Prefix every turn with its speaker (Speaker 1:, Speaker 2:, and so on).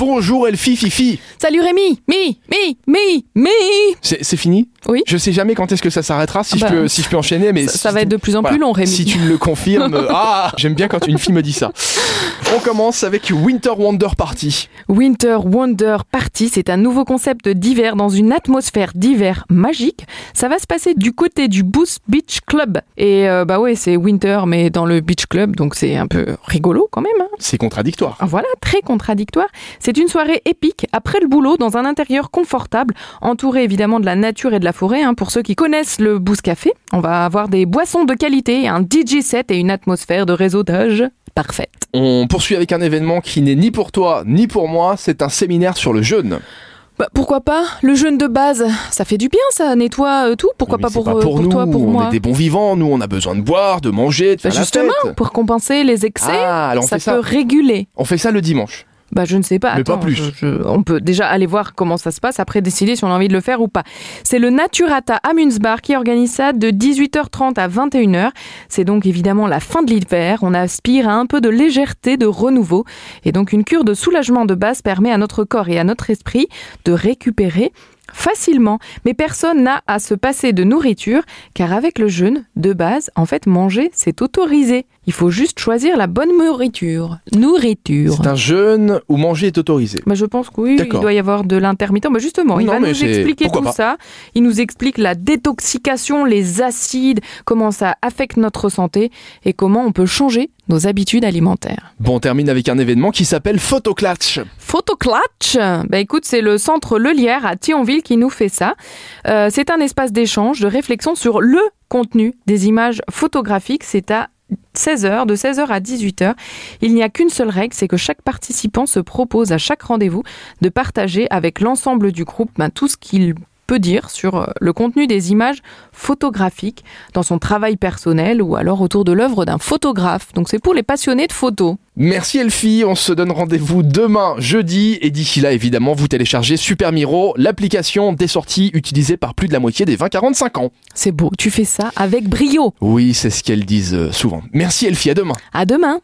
Speaker 1: Bonjour Elfie Fifi
Speaker 2: Salut Rémi Mi Mi Mi Mi
Speaker 1: C'est c'est fini
Speaker 2: Oui.
Speaker 1: Je sais jamais quand est-ce que ça s'arrêtera, si,
Speaker 2: Ah
Speaker 1: je
Speaker 2: bah,
Speaker 1: peux, si je peux enchaîner, mais...
Speaker 2: Ça,
Speaker 1: si
Speaker 2: ça va
Speaker 1: tu-
Speaker 2: être de plus en plus
Speaker 1: Voilà.
Speaker 2: long Rémi.
Speaker 1: Si tu me le confirmes... ah J'aime bien quand une fille me dit ça. On commence avec Winter Wonder Party.
Speaker 2: Winter Wonder Party, c'est un nouveau concept d'hiver dans une atmosphère d'hiver magique. Ça va se passer du côté du Boost Beach Club. Et euh, bah ouais, c'est winter mais dans le beach club, donc c'est un peu rigolo quand même. hein.
Speaker 1: C'est contradictoire.
Speaker 2: Voilà, très contradictoire. C'est une soirée épique, après le boulot, dans un intérieur confortable, entouré évidemment de la nature et de la forêt. hein. pour ceux qui connaissent le Boost Café, on va avoir des boissons de qualité, un DJ set et une atmosphère de réseautage parfaite.
Speaker 1: On poursuit avec un événement qui n'est ni pour toi ni pour moi, c'est un séminaire sur le jeûne.
Speaker 2: Bah, pourquoi pas Le jeûne de base, ça fait du bien, ça nettoie euh, tout. Pourquoi
Speaker 1: Mais
Speaker 2: pas
Speaker 1: c'est
Speaker 2: pour, euh, pour
Speaker 1: nous,
Speaker 2: toi, pour
Speaker 1: on
Speaker 2: moi
Speaker 1: est des bons vivants, nous on a besoin de boire, de manger, de
Speaker 2: Bah,
Speaker 1: faire
Speaker 2: Justement,
Speaker 1: la fête.
Speaker 2: pour compenser les excès,
Speaker 1: Ah, alors on
Speaker 2: ça
Speaker 1: fait
Speaker 2: peut
Speaker 1: ça.
Speaker 2: réguler.
Speaker 1: On fait ça le dimanche.
Speaker 2: Bah, je ne sais pas.
Speaker 1: Mais pas
Speaker 2: Attends,
Speaker 1: plus.
Speaker 2: je- je- oh, on peut déjà aller voir comment ça se passe, après décider si on a envie de le faire ou pas. C'est le Naturata Amuse Bar qui organise ça de 18h30 à 21h. C'est donc évidemment la fin de l'hiver. On aspire à un peu de légèreté, de renouveau. Et donc, une cure de soulagement de base permet à notre corps et à notre esprit de récupérer facilement. Mais personne n'a à se passer de nourriture, car avec le jeûne, de base, en fait, manger, c'est autorisé. Il faut juste choisir la bonne nourriture. Nourriture.
Speaker 1: C'est un jeûne où manger est autorisé.
Speaker 2: Bah, je pense que oui, il
Speaker 1: D'accord.
Speaker 2: doit y avoir de l'intermittent. Bah, justement, il
Speaker 1: Non,
Speaker 2: va
Speaker 1: mais
Speaker 2: nous
Speaker 1: c'est-
Speaker 2: expliquer
Speaker 1: pourquoi
Speaker 2: tout
Speaker 1: pas.
Speaker 2: ça. Il nous explique la détoxication, les acides, comment ça affecte notre santé et comment on peut changer nos habitudes alimentaires.
Speaker 1: Bon, on termine avec un événement qui s'appelle Photoclatch.
Speaker 2: Photoclatch Bah écoute, c'est le centre Lelière à Thionville qui nous fait ça. Euh, c'est un espace d'échange, de réflexion sur le contenu des images photographiques. C'est à 16h, de 16h à 18h. Il n'y a qu'une seule règle, c'est que chaque participant se propose à chaque rendez-vous de partager avec l'ensemble du groupe ben, tout ce qu'il peut dire sur euh, le contenu des images photographiques dans son travail personnel ou alors autour de l'œuvre d'un photographe. Donc c'est pour les passionnés de photos.
Speaker 1: Merci Elfie, on se donne rendez-vous demain jeudi et d'ici là évidemment vous téléchargez Super Miro, l'application des sorties utilisée par plus de la moitié des 20-45 ans.
Speaker 2: C'est beau, tu fais ça avec brio.
Speaker 1: Oui, c'est ce qu'elles disent euh, souvent. Merci Elfie, à demain.
Speaker 2: À demain.